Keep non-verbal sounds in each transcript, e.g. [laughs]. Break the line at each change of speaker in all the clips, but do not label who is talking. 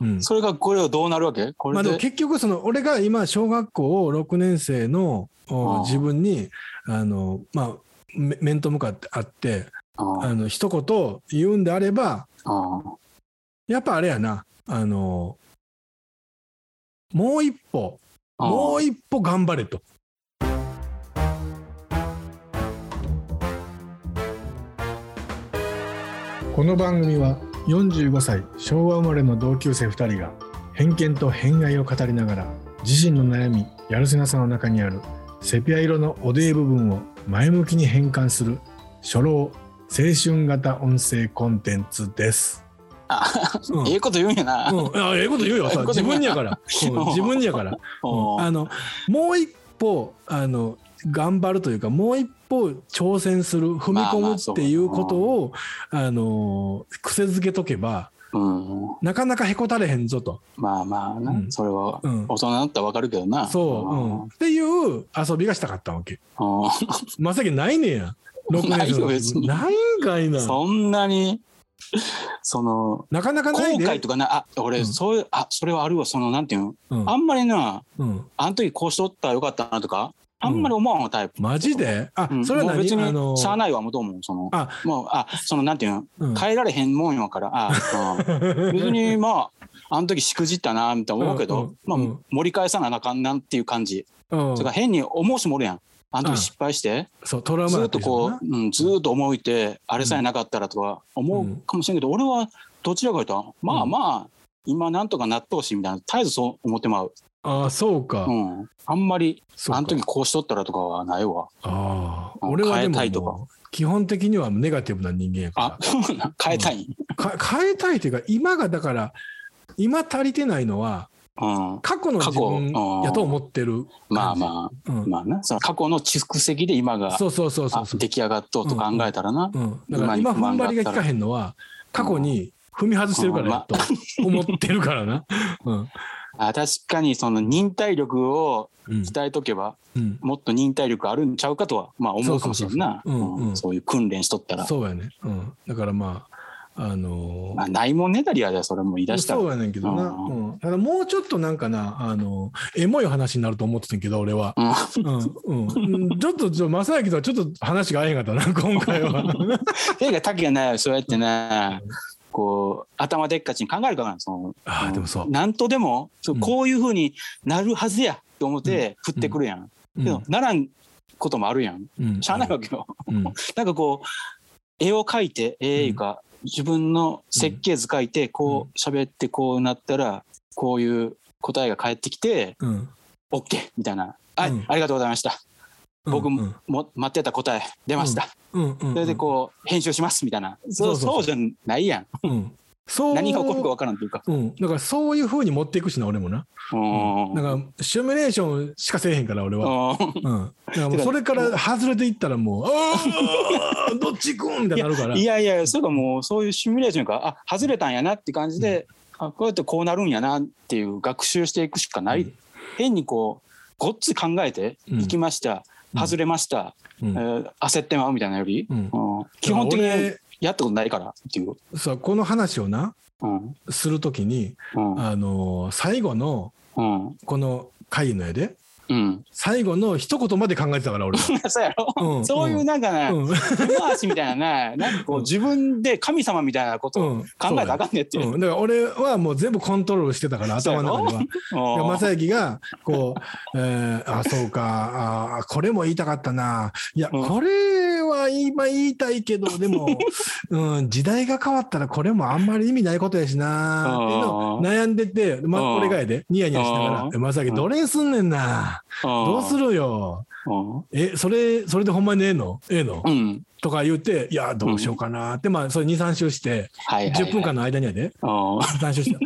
う
[laughs]
ん
それがこれはどうなるわけこれ
まあ
で
でも結局その俺が今小学校6年生のお
ああ
自分にあのまあめ面と向かって会って
あ
あの一言言うんであれば
ああ
やっぱあれやなあのもう一歩
あ
もう一歩頑張れと。
この番組は45歳昭和生まれの同級生2人が偏見と偏愛を語りながら自身の悩みやるせなさの中にあるセピア色のおでい部分を前向きに変換する初老青春型音声コンテンツです。
うん
[laughs] ええこと言うんやな、
うん、あええこと言うよ、さ
ええこと言
自
うな
分にやから、うん自分にやから、
おー
あのもう一歩あの頑張るというかもう一歩挑戦する踏み込
まあ
む
まあそう
っていうことを、あの癖づけとけば
うん、
なかなかへこたれへんぞと、
まあまあな、
うん
それは
うん
大人になったらわかるけどな
そう、うん、っていう遊びがしたかったわけ
うんうん
まさきないねや6
な
年
い
生
よ
の
別に
ないんかいな
そんなにその
なかなか
後
ないで
悔とかなあ俺、
うん
そういうあそれはあるわそのなんていうの
うん
あんまりな
うん、
あの時こうしとったらよかったなとかあんまり思わんタイプ、
マジであ、
うん
それは
もう
何
別
あの
にしゃあないわもうどうもその
あ
もうあそのなんていうの
うん
変えられへんもんやからあ、
[laughs]
うん、別にまああの時しくじったなみたいな思うけど、
うんうん
まあ、盛り返さなあかんなんっていう感じ、
うん
それから変に思う人もおるやんあの時失敗して、
そうトラウマ
ず
や
っ
った
と
りするな
こう、うん、ずっと思いて、あれさえなかったらとか思うかもしれんけど、俺はどちらかというと、まあ
うん
まあ、今なんとかなってほしいみたいな、絶えずそう思ってまう。
ああそうか、
うん。あんまり、
そうか
あの時こうしとったらとかはないわ。う
ああ、
ん
俺はで
変え
も
たいとか
もう基本的にはネガティブな人間や
あ [laughs]
か、
そうなん変えたい。
らか変えたいというか今がだから今足りてないのは
うん。
過去の自分
過去うん
やと思ってる
まあま
う
あ、
ん
まあな。その過去の蓄積で今が
そうそうそうそう
あ
そう、
出来上がっとうと考えたらな。
うん、だから今
今に不
踏ん
安があったら
張りが効かへんのは過去に踏み外してるからやと思ってるか
[laughs]
らな、うん
あ確かに、その忍耐力を
うん
鍛えとけば、
うん、
もっと忍耐力あるんちゃうかとは、まあ思うかもしれんな。
そうそうそうそううんうん
うんそういう訓練しとったら。
そうやね、うん、だからまああのー
まあ、ないもんねだりやで、それも言い出したら。
そうやねんけどな、
う
うん、ただもうちょっとなんかなあのエモい話になると思ってたんけど俺は
うん
うんうん、ちょっと、ちょ正行とはちょっと話が合えへんかっ
[laughs]
たな、今回は。
ていうか、タキがね、そうやってね、こう、頭でっかちに考えるからな、その。
ああ、でもそう。
なんとでも、そう
うん
こういうふうになるはずやと思って振ってくるやん。
うん
けど、ならんこともあるやん。
うん
しゃあないわけよ。
うん
なんかこう、絵を描いて、ええいうか、自分の設計図描いて、こう喋ってこうなったら、こういう答えが返ってきて、
うん。
OK! みたいな。はい、
うん
ありがとうございました。 [laughs] 僕
うん
もも待ってた答え出ました。
うんう
そ
ん
れでこう編集しますみたいな、
そ
そうう
そ
そううじゃないやん
うん。うん。そう。
何が起こるか分からんというか、
うん。だからそういうふうに持っていくしな、俺もな。
う
うん
ん
だから、シミュレーションしかせえへんから、俺は。
うん
うん。だからもうそれから外れていった
[laughs]
らもう、ああ、どっち行くんみたいになるから。
いやいやそうかもうそういうシミュレーションかあ外れたんやなって感じで、あこうやってこうなるんやなっていう学習していくしかない、
うん
変にこうごっつい考えて
うん
行きました、
うん
外れました、
うん
えー焦ってまうみたいなより、
うん
うん基本的
だから
にやったことないからっていう、
俺さ、この話をな、
うん
するときに、
うん
あのー、最後の、
うん
この会のやで、
うん [laughs]
最後の一言まで考えてたから、俺は。
そうやろ、
うん
そういうなんかね、
うん。
手回しみたいなね、
[laughs]
なんかこう自分で神様みたいなことを
うん
考えたらあかんねって。
うん、だから俺はもう全部コントロールしてたから
そう
頭
やろ
の中では。だから正行がこう、えーあそうかあーこれも言いたかったないや
うん
これは今言いたいけどでも、 [laughs] うん、時代が変わったらこれもあんまり意味ないことやしなっていうのを悩んでて、
う
ま、
ん
俺がやでニヤニヤしなが
う
ら
ん
「え正行どれにすんねんなど
ど
うするよ
うん
えそれそれでほんまにええのええの
うん。
とか言って「いやどうしようかな」ってまあそれ23周して
はいはいはい。
10分間の間にやで。
うん。
談
[laughs]
笑した。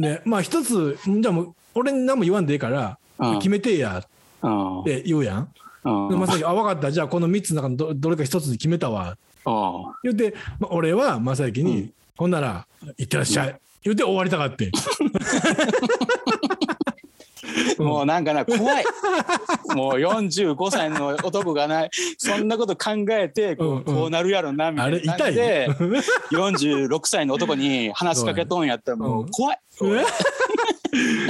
で、まあ一つ、んじゃあもう、俺に何も言わんでいいから、
うん
決めてや
うん。
って言うやん。
うん。
でまさき、あ、わかった、じゃあこの3つの中のどどれか一つに決めたわ。
うん
言うて、まあ、俺はまさきに、
うん
ほんなら、行ってらっしゃい。言うて終わりたかって。
もうなんかな
[laughs]
怖いもう45歳の男がないそんなこと考えてこう,、
うんうん
こうなるやろなみた
あ
いな
れ痛いね [laughs]
で。46歳の男に話しかけとんやったらもう怖い、
[laughs]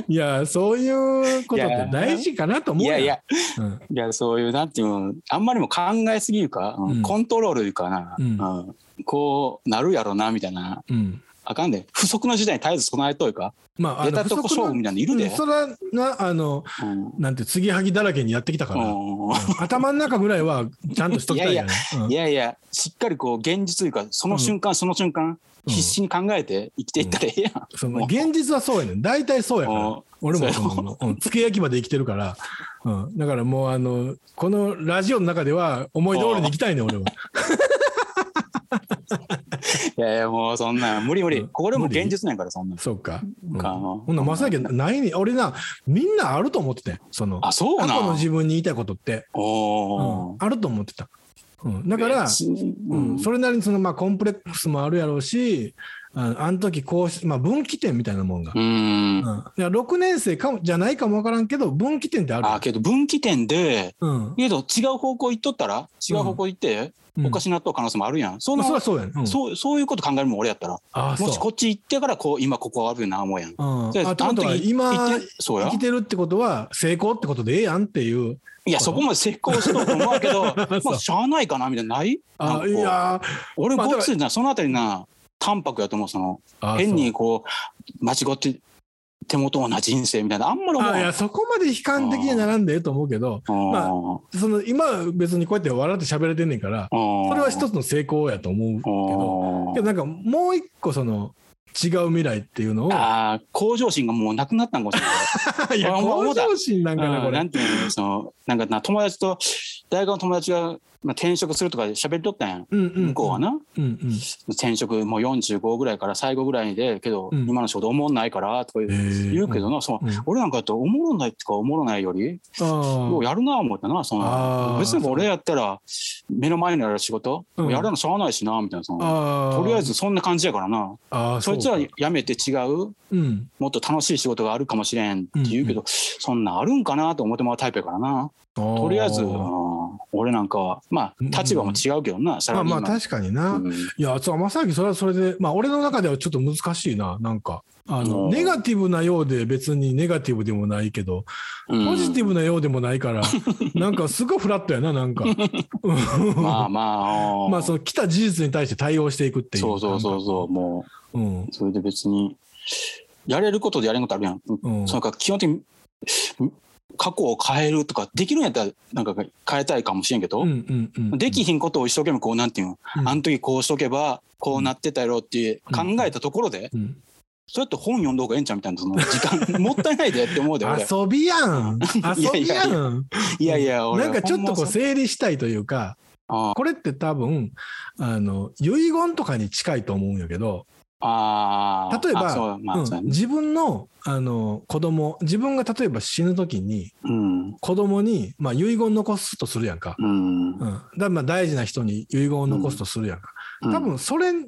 いや、そういうことっ
いや
て大事かなと思う
いや
やん
いや
うん
いやそういうなんていうのあんまりも考えすぎるか、うん
うん
コントロールいうかな、
う
うんんこうなるやろなみたいな
うん。
あかんで不測の事態に絶えず備えというか
まあ、あ
出
の
たとこ
不足
勝負みたいなのいるで、
うんそれはな、あの、
うん
なんて、継ぎはぎだらけにやってきたから、うん頭の中ぐらいはちゃんとしときたいよね。
うんいやいやしっかりこう現実というかその瞬間、その瞬間
うん
必死に考えて生きていったらええやん、
うんその現実はそうやねん。大体そうやから。
うん
俺も
そ
そう
やろ
の、うん、つけ焼きまで生きてるから、うん、だからもうあのこのラジオの中では思い通りに行きたいね俺は。
いやいやもうそんなん無理無理、
うん
これも
無理
現実なんやからそんなん
そうか。うん、
かな
ほんなまさきないね俺なみんなあると思っててその
あそうな
過去の
ん
自分に言いたいことって、う
お
ん
ー
あると思ってた。うん、だから、
別
う
に
ん、それなりにその、まあ、コンプレックスもあるやろうしああの時こうし、まあ、分岐点みたいなもんが、
う
うん
ん
いや6年生かもじゃないかもわからんけど分岐点ってある
あけど分岐点で
うん、
けど違う方向行っとったら違う方向行って、おか
しい、
しなっとう可能性もあるやんそ
ま
の
あ、そりゃそうやね、うん、
そうそういうこと考えるもん俺やったら
ああそう
もしこっち行ってからこう今ここあるよな思うやん
うん、あ
じゃあ
ってことは今
あの時行ってそうや
生きてるってことは成功ってことでええやんっていう
いや、そこまで成功しとると思うけ
[laughs]
ど、
そ
ま
う
あ、しゃあないかなみたいな、ないなん
あ
か
い
こう
や
俺、
まあだ
ご
か
っ
ら
ついな、そのあたりな、淡白やと思う、その、
ー
変にこう、間違って、手元はな人生みたいな、あんまり
あ
思
そう
わ
あい
ん
やそこまで悲観的にならんでええと思うけど
うん
その今は別にこうやって笑って喋れてんねんから
うん
それは一つの成功やと思うけ
う
どけど
ん
なんかもう一個その違う未来っていうのを
ああ、向上心がもうなくなったんかもしれない。
[laughs] いや
あもう
向上心なん [laughs] かな
う
こ
んな
れ
んていうの、その、なんかな、友達と、大学の友達が、まあ、転職するとか喋りとったんやん。
うんうん
向こうはな、
うんうん
転職もう45ぐらいから最後ぐらいでけど、
うん
今の仕事おもんないからとか言う,、
へー
言うけどな、その
うんあ
俺なんかやったらおもろないってかおもろないより、よう
ー
やるな思ったなそ
あ
の
ー
別に俺やったら目の前にある仕事、
うん
やるのしゃあないしなみたいなその
あー
とりあえずそんな感じやからな
あー
そいつ
う
ら
か
やめて違う
うん
もっと楽しい仕事があるかもしれんって言うけど、そんなんあるんかなと思ってもらうタイプやからなと
と
りあえず、うん俺なんかはまあ立場も違うけどな、サ
ま
ラ
あ
リー
ま
マ
あ
ン
確かにな、
うん
いや、そう、まさき、それはそれで、まあ、俺の中ではちょっと難しいな、なんか。あ
う
の、
ん
ネガティブなようで別にネガティブでもないけど、
うん
ポジティブなようでもないから、なんかすごいフラットやな、なんか。
まあまあ
[laughs] まあ、その来た事実に対して対応していくっていう。
そうそうそうそうもう
う。うん。
それで別に、やれることでやれんことあるやん。
うん
そのか基本的に、ん過去を変えるとか、できるんやったら、なんか変えたいかもしれんけど、
うんうんうん。
できひんことを一生懸命こう、なんていうの、
うん
あの時こうしとけば、こうなってたやろって考えたところで、
うん
そうやって本読んだ方がええんちゃうみたいな、その時
[laughs]
間、もったいないでって思うで、俺。
遊びやん。
[laughs] い
遊
や
び
いや
や
いや
ん。
いやいや、俺。
なんかちょっとこ
ほん
う
まそう
整理したいというか、
あ
これって多分、あの、遺言とかに近いと思うんやけど、
あー
例えば
あそう、ま
う
あ、
ん
そうやね。
自分のあの子供自分が例えば死ぬ時に
うん。
子供にまあ、遺言残すとするやんか,、
うん
う。ん、だからまあ大事な人に遺言を残すとするやんか、多分それの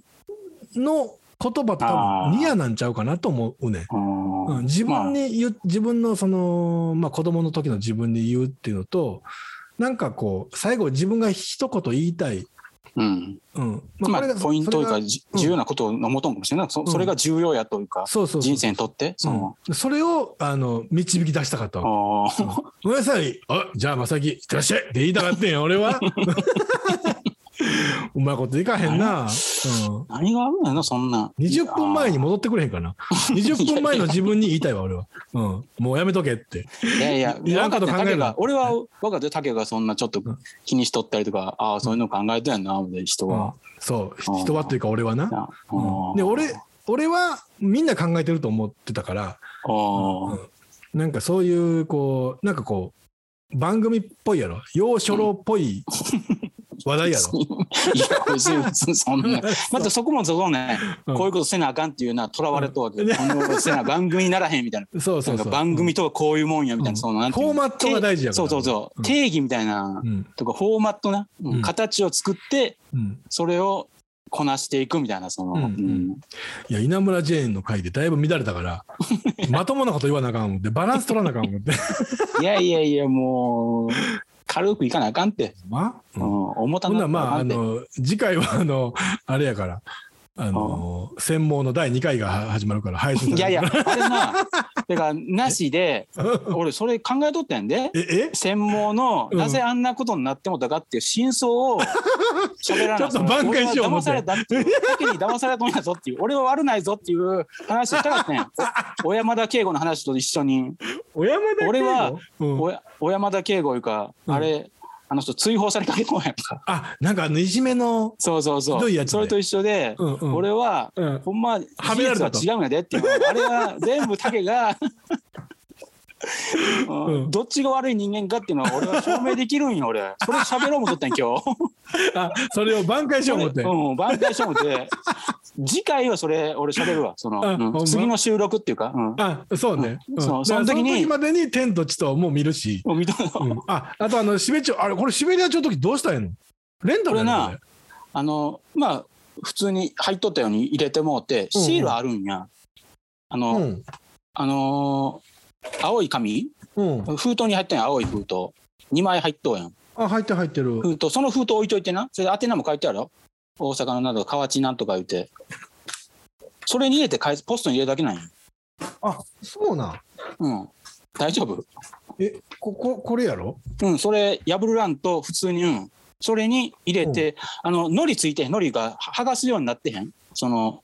言葉と多
あー
分ニアなんちゃうかなと思うねん、
うん、
うん、自分に言う、自分のその、まあ、子供の時の自分に言うっていうのとなんかこう最後自分が一言言いた
ま
い、
あうん。
うん
ま
これ
あ、
が
ポイントという
そ
か、
れが
じ
うん
重要なことのもとんかもしれない、そ
ん
それが重要やというか、
そうそうそう
人生にとって、その、
うんそれをあの導き出したかったわけ
あー
ごめんなさい。あ、じゃあ、まさき、いってらっしゃいって言いたかって
[laughs]
んや、俺は。 [laughs] うまいこといかへんな。うん。
何があるんやな、そんな。
20分前に戻ってくれへんかな。20分前の自分に言いたいわ、俺は。うん。もうやめとけって。
いやいや、
いらん
分
こ
かっ
と
て
考え
竹
るな
が、俺は分かって竹がそんなちょっと
うん
気にしとったりとか、ああ、そういうの考えてやんな、みたいな人
うん
は。、
そう。ひ人はというか、俺はな。
なあ
うん
ー
で、俺、俺はみんな考えてると思ってたから、
あー
なんかそういう、こう、なんかこう、番組っぽいやろ。洋初老っぽい話題やろ。
いや、別に別にそんな。またそこもそこね、
うん
こういうことせなあかんっていうのは、とらわれとわけ。
うん
こんなことせな番組にならへんみ [laughs] たいな。
そうそう
なん
そう。
か番組とはこういうもんやみたいな、
うん
そのなんていう
フ
の
ォーマットが大事やから
そうそうそう、
うん
定義みたいな
うん。
とかフォーマットな、うん
うん
形を作って
うん。
それをこなしていくみたいなその、
うん
うん [laughs]
いや稲村ジェーンの回でだいぶ乱れたからまともなこと言わなあかん思って、バランス取らなあかん思って。
いやいやいや、もう、軽くいかなあかんって。
ま
う、
あ、うんん、
重た
ほん
な
な
った
ら
ら
まあ、
か
あ
んで
の、次回は、あの、あれやから、あの、専門の第2回が始まるから、配信
いやいや、
さ
あれな、だから、なしで、
れるから
俺、それ考えとったんで、
[laughs] え、え
専門の、
うん
なぜあんなことになってもたかっていう真相
[laughs]
を喋らない。
ちょっと挽回しよう思
騙
って
されたっていう、だけに騙されたんやぞっていう、俺は悪ないぞっていう話をしたかったん
[laughs]
や。小山田圭吾の話と一緒に、
小山田圭吾
俺は、
うん
おや小山田圭吾いうか、
うん
あれ、あの人追放されかけもんやんか。
あ、なんかあの、いじめの、
そうそう
ひ
そ
ど
う。
いやつね
それと一緒で、
うんうん
俺は、
うん
ほんま、事
はめられ
実
た
は
と
違うんやでっていうのは。あれは全部竹が、
[laughs]
うん
うん
どっちが悪い人間かっていうのは俺は証明できるんよ俺それ喋ろう思っとったんや
[laughs]
今日
あ、それを挽回しよう思っ
[laughs]
て。
うん挽回しよう思って次回はそれ俺喋るわその、う
あ
ん
ほんま
次の収録っていうか、うん、
あ、そうね。
うん
うん
そう
だから
その時に
その時までに天と地ともう見るし。
もう見 [laughs] たの、
うんあ、あとあの、シベチョ、あれ、これシベリア町の時どうしたんやのレンタル
こ
やろ
れなあのまあ普通に入っとったように入れてもうて
うんうん
シールあるんや、あの、
これうん。
あのー青い紙
うん。
封筒に入ったんや青い封筒2枚入っとうやん
あ、入ってる入ってる。
封筒その封筒置いといてなそれで宛名も書いてあるよ大阪のなど河内なんとか言うてそれに入れて返すポストに入れるだけなんや
あ、そうなん。
うん大丈夫
え、ここ、これやろ
うんそれ破るらんと普通にうんそれに入れて、あののりついてへんのりが剥がすようになってへんその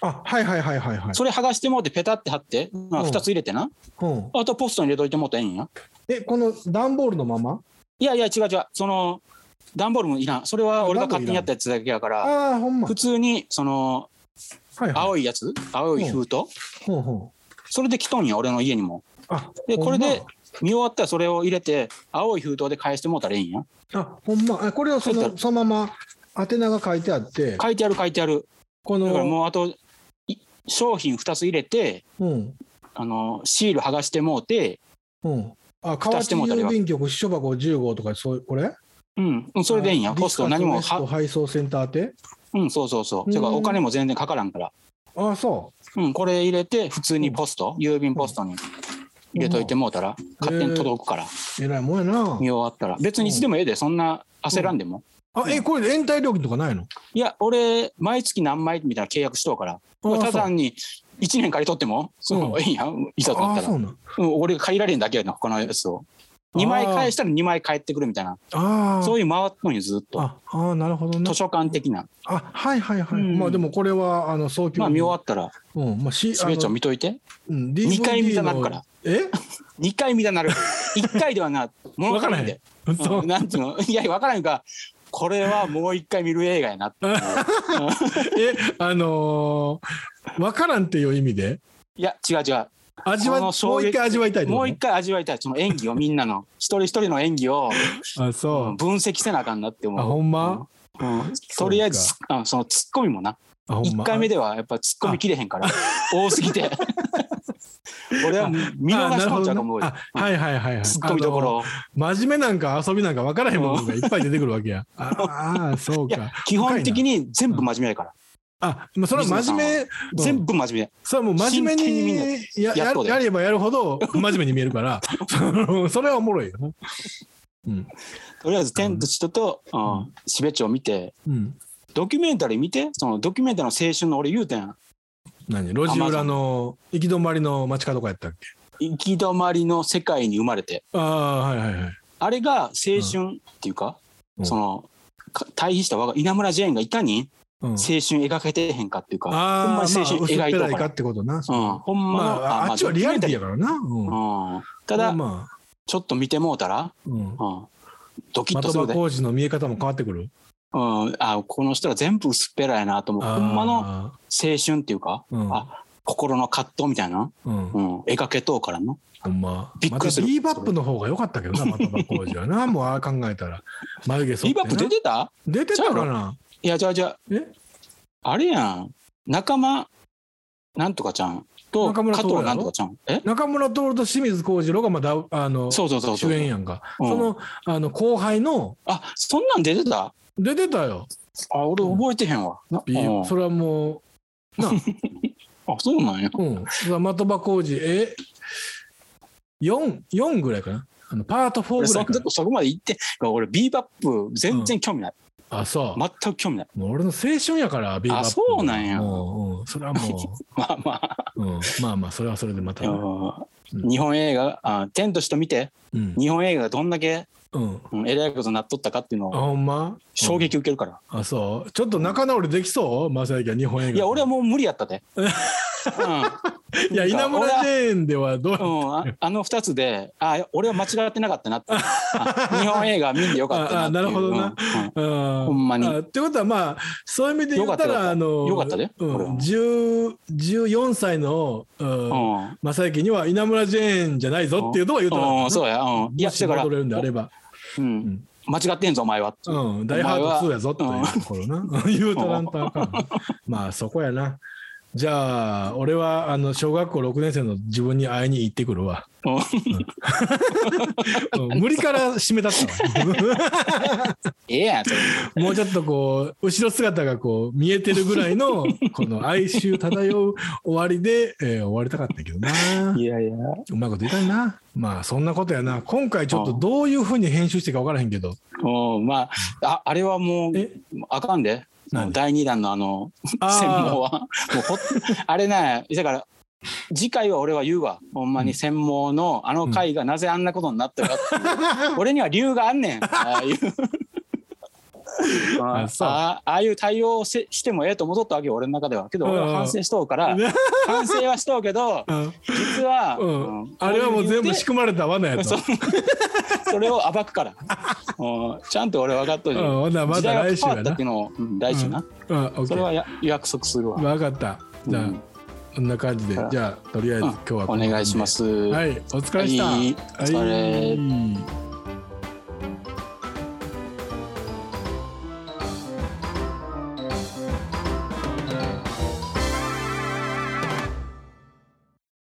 あ、はいはいはいはいはい。
それ剥がしてもうてペタって貼って、まあ、
うん
2つ入れてな、
うん。
あとポストに入れといてもうてええんや
え、この段ボールのまま
いやいや違う違うその段ボールもいらんそれは俺が勝手にやったやつだけやから
ああ、ほんま。
普通にその
はいはい。
青いやつ青い封筒、
ほうほう
それで来とんや俺の家にも
あ、
で
ほんま
これで。見終わったらそれを入れて青い封筒で返してもうたらええんや
あ、ほんま。あこれをそ
そうやっ
の、そのまま、宛名が書いてあって、
書いてある書いてある
こ
だから
の、
もうあとい商品2つ入れて
うん。
あのシール剥がしてもうて
うん。あ、川
蓋して
内
もうたら
郵便局、支所箱10号とか、そう、これ
うんうんそれでええんや
あ
ポスト何
デ
も
ィスカスウエスト
は
配送センター宛て
うんそうそうそううんてかお金も全然かからんから
あ、そ
うんこれ入れて普通にポスト郵便ポストに入れといてもうたら勝手に届くから
う。えらいもんやな。
見終わったら別にいつでもええでそんな焦らんでも
あ、え、これ延滞料金とかないの
いや俺毎月何枚みたいな契約しとうから
あ
ただ単に1年借りとってもそうのええんやいざとな
あ
った
あ、
ら
そううんなん。
俺が借りられんだけやな他のやつを2枚返したら2枚返ってくるみたいな
ああ。
そういう回っとんよずっと
ああー、なるほどね
図。書館的な
あ、はいはいはい。
うん
まあでもこれは、あの、早急
まあ見終わ
っ
ったら
うん、まあ、し、
すべちゃん見といて
うん、
二回見た
DVD
なる
の
から。
え
[laughs] 2回見たなる1回ではな物
[laughs] わ
分
か
からら
へ
ん
ん
で。
そう
うん。なんていうのいや分からんかこれはもう1回見る映画やな
[laughs]
っていううん
え、あのー、わからんっていう意味で、
いや違う違う
味わい、
こ
も
の
う
衝撃
一回味わいたいって
も
こ
う一回味わいたい、その演技を、みんなの、一人一人の演技を
とあ、そう。
分析せなあかんなって思う。
あ、ほんま
うんうんとりあえず、うんそのツッコミもな、
あ、ほん
1
ま。
回目ではやっぱツッコミ切れへんから、多すぎ
[laughs]
て。俺は見
あ
逃しとんちゃうかも多い
なるほどね。あはいはいはいはい。
ツッコミどころを。
あの。真面目なんか遊びなんか分からへんものがいっぱい出てくるわけや。ああ、そう
い
か。
基本的に全部真面目やから。
あ、まあ、それは真面目、
全部真面目。
それはもう真面目
真剣にみんな
にや
や
や
っとで
やればやるほど不真面目に見えるからそのそれはおもろいよな。うん
とりあえず、天と地とと、う
うん
ん、しべちを見て、
うん、
ドキュメンタリー見て、そのドキュメンタリーの青春の俺言うてん。
何路地裏の行き止まりの街角とかやったっけ
行き止まりの世界に生まれて。
ああはいはいはい。
あれが青春っていうか、
うん
そのか対比した我が稲村ジェーンがいかに
うん、
青春描けてへんかっていうか、
あ
ほんまに
ー
青春
まあ薄っ
描い
ぺ
と
ら
う
い
か、
からってことな。
うん、ほん
ま
まの、
あ、あっちはリアリティやからな。うん
うん、ただ、
まあ
ちょっと見てもうたら、
うん
うん、ドキッと
的
す
場
るで、
浩二の見え方も変わってくる。
うん、あこの人ら全部薄っぺらいなと思うほんまの青
あ
春っていうか、
ー、うん
あ心の葛藤みたいな、
うん
う、ん、描けとうからな
ほんま。
びっくりする
またビーバップの方が良かったけど
[laughs]
な、的場浩二はな。もうああ考えたら。眉毛剃
ビ
っ
ーバップ
て
出
な
てた
出てたかな。
いやじゃあじゃあ
え
あれやん仲間なんとかちゃんと
中村
加
徹
藤
やろ
なんとかちゃんえ
中村徹と清水幸次郎がまだあの
そうそうそうそう
主演やんか、
うん
そのあの後輩の
あそんなん出てた
出てたよ、
あ俺覚えてへんわ。な
ビー
うん
それはもうな
あ、そうなんや。
うん。的場浩二、え ?4、4ぐらいかなあのパート4
俺
ぐら
そ
いかな
そそこまで行って、俺、ビーバップ全然興味ない。
あ、そう。
全く興味ない。
もう俺の青春やから、ビーバップ
あそうなんや
もううんそれはも
まあま
う、うん、まあまあ、それはそれでまた。う
あ、
うん
日本映画、あ天として見て、
ん。
日本映画がどんだけ、
うん。
うん、えらいことなっとったかっていうの
あ、
を
ほんま
衝。
うん
撃受けるから。
あ、そう。ちょっと仲直りできそう正行は日本映画。
いや、俺はもう無理やったで。 [laughs] うん、
いや、稲村ジェーンではどう
うん、ああの2つで、あ俺は間違ってなかったなって、あ日本映画見んでよかったなっていう。
ああなるほどな
うんうん
うん
ほんまに
あってことはまあそういう意味で言った
よかった
らあの
よかったで
うん
俺は
10 14歳の、うん
うん
正行には稲村ジェーンじゃないぞっていうのは言うた
うん
ら
そうや、うん、いやだから、
戻れるんであれば、
うん
ん
間違ってんぞお前はって、
うん、ダイハード2やぞというところな [laughs] 言うたらんとあかんなまあそこやなじゃあ俺はあの小学校6年生の自分に会いに行ってくるわ、
うん
うん無理から締めたったわ [laughs]
ええやんそれ
もうちょっとこう後ろ姿がこう見えてるぐら
[laughs]
いのこの哀愁漂う終わりで、えー終わりたかったけどなう
いやいや
まいこといかんなまあそんなことやな今回ちょっとどういうふうに編集していいか分からへんけど
うんまあああれはもう
え
あかんで
何
第2弾のあの
あー
専門はもうほっ [laughs] あれねだから次回は俺は言うわほんまに専門のあの回がなぜあんなことになったかっていう、
[laughs]
俺には理由があんねんああいうあ
あそう
あああいう対応をせしてもええと思っとったわけよ俺の中ではけど俺は反省しとうから
うん
反省はしとうけど
うん
実は、
うん
ん
あれはもう
こい
全部
理由で
仕組まれた罠や
[laughs]
と
そ。それを暴く
[laughs]
から、うんちゃんと俺分かっと
う
る
ん、
よ、
ほなま
時
た
代が
来週
変
や
わったっ
な
てい。うのを、うん、来週な、
うん、オッケ
それ
ー。
はや約束するわ、
わかった。じゃあ、
うん
こんな感じで、じゃあ、とりあえず今日はこ
お
の辺で
願いしま。す、
はい、お疲れでした。
はいお疲れ
はい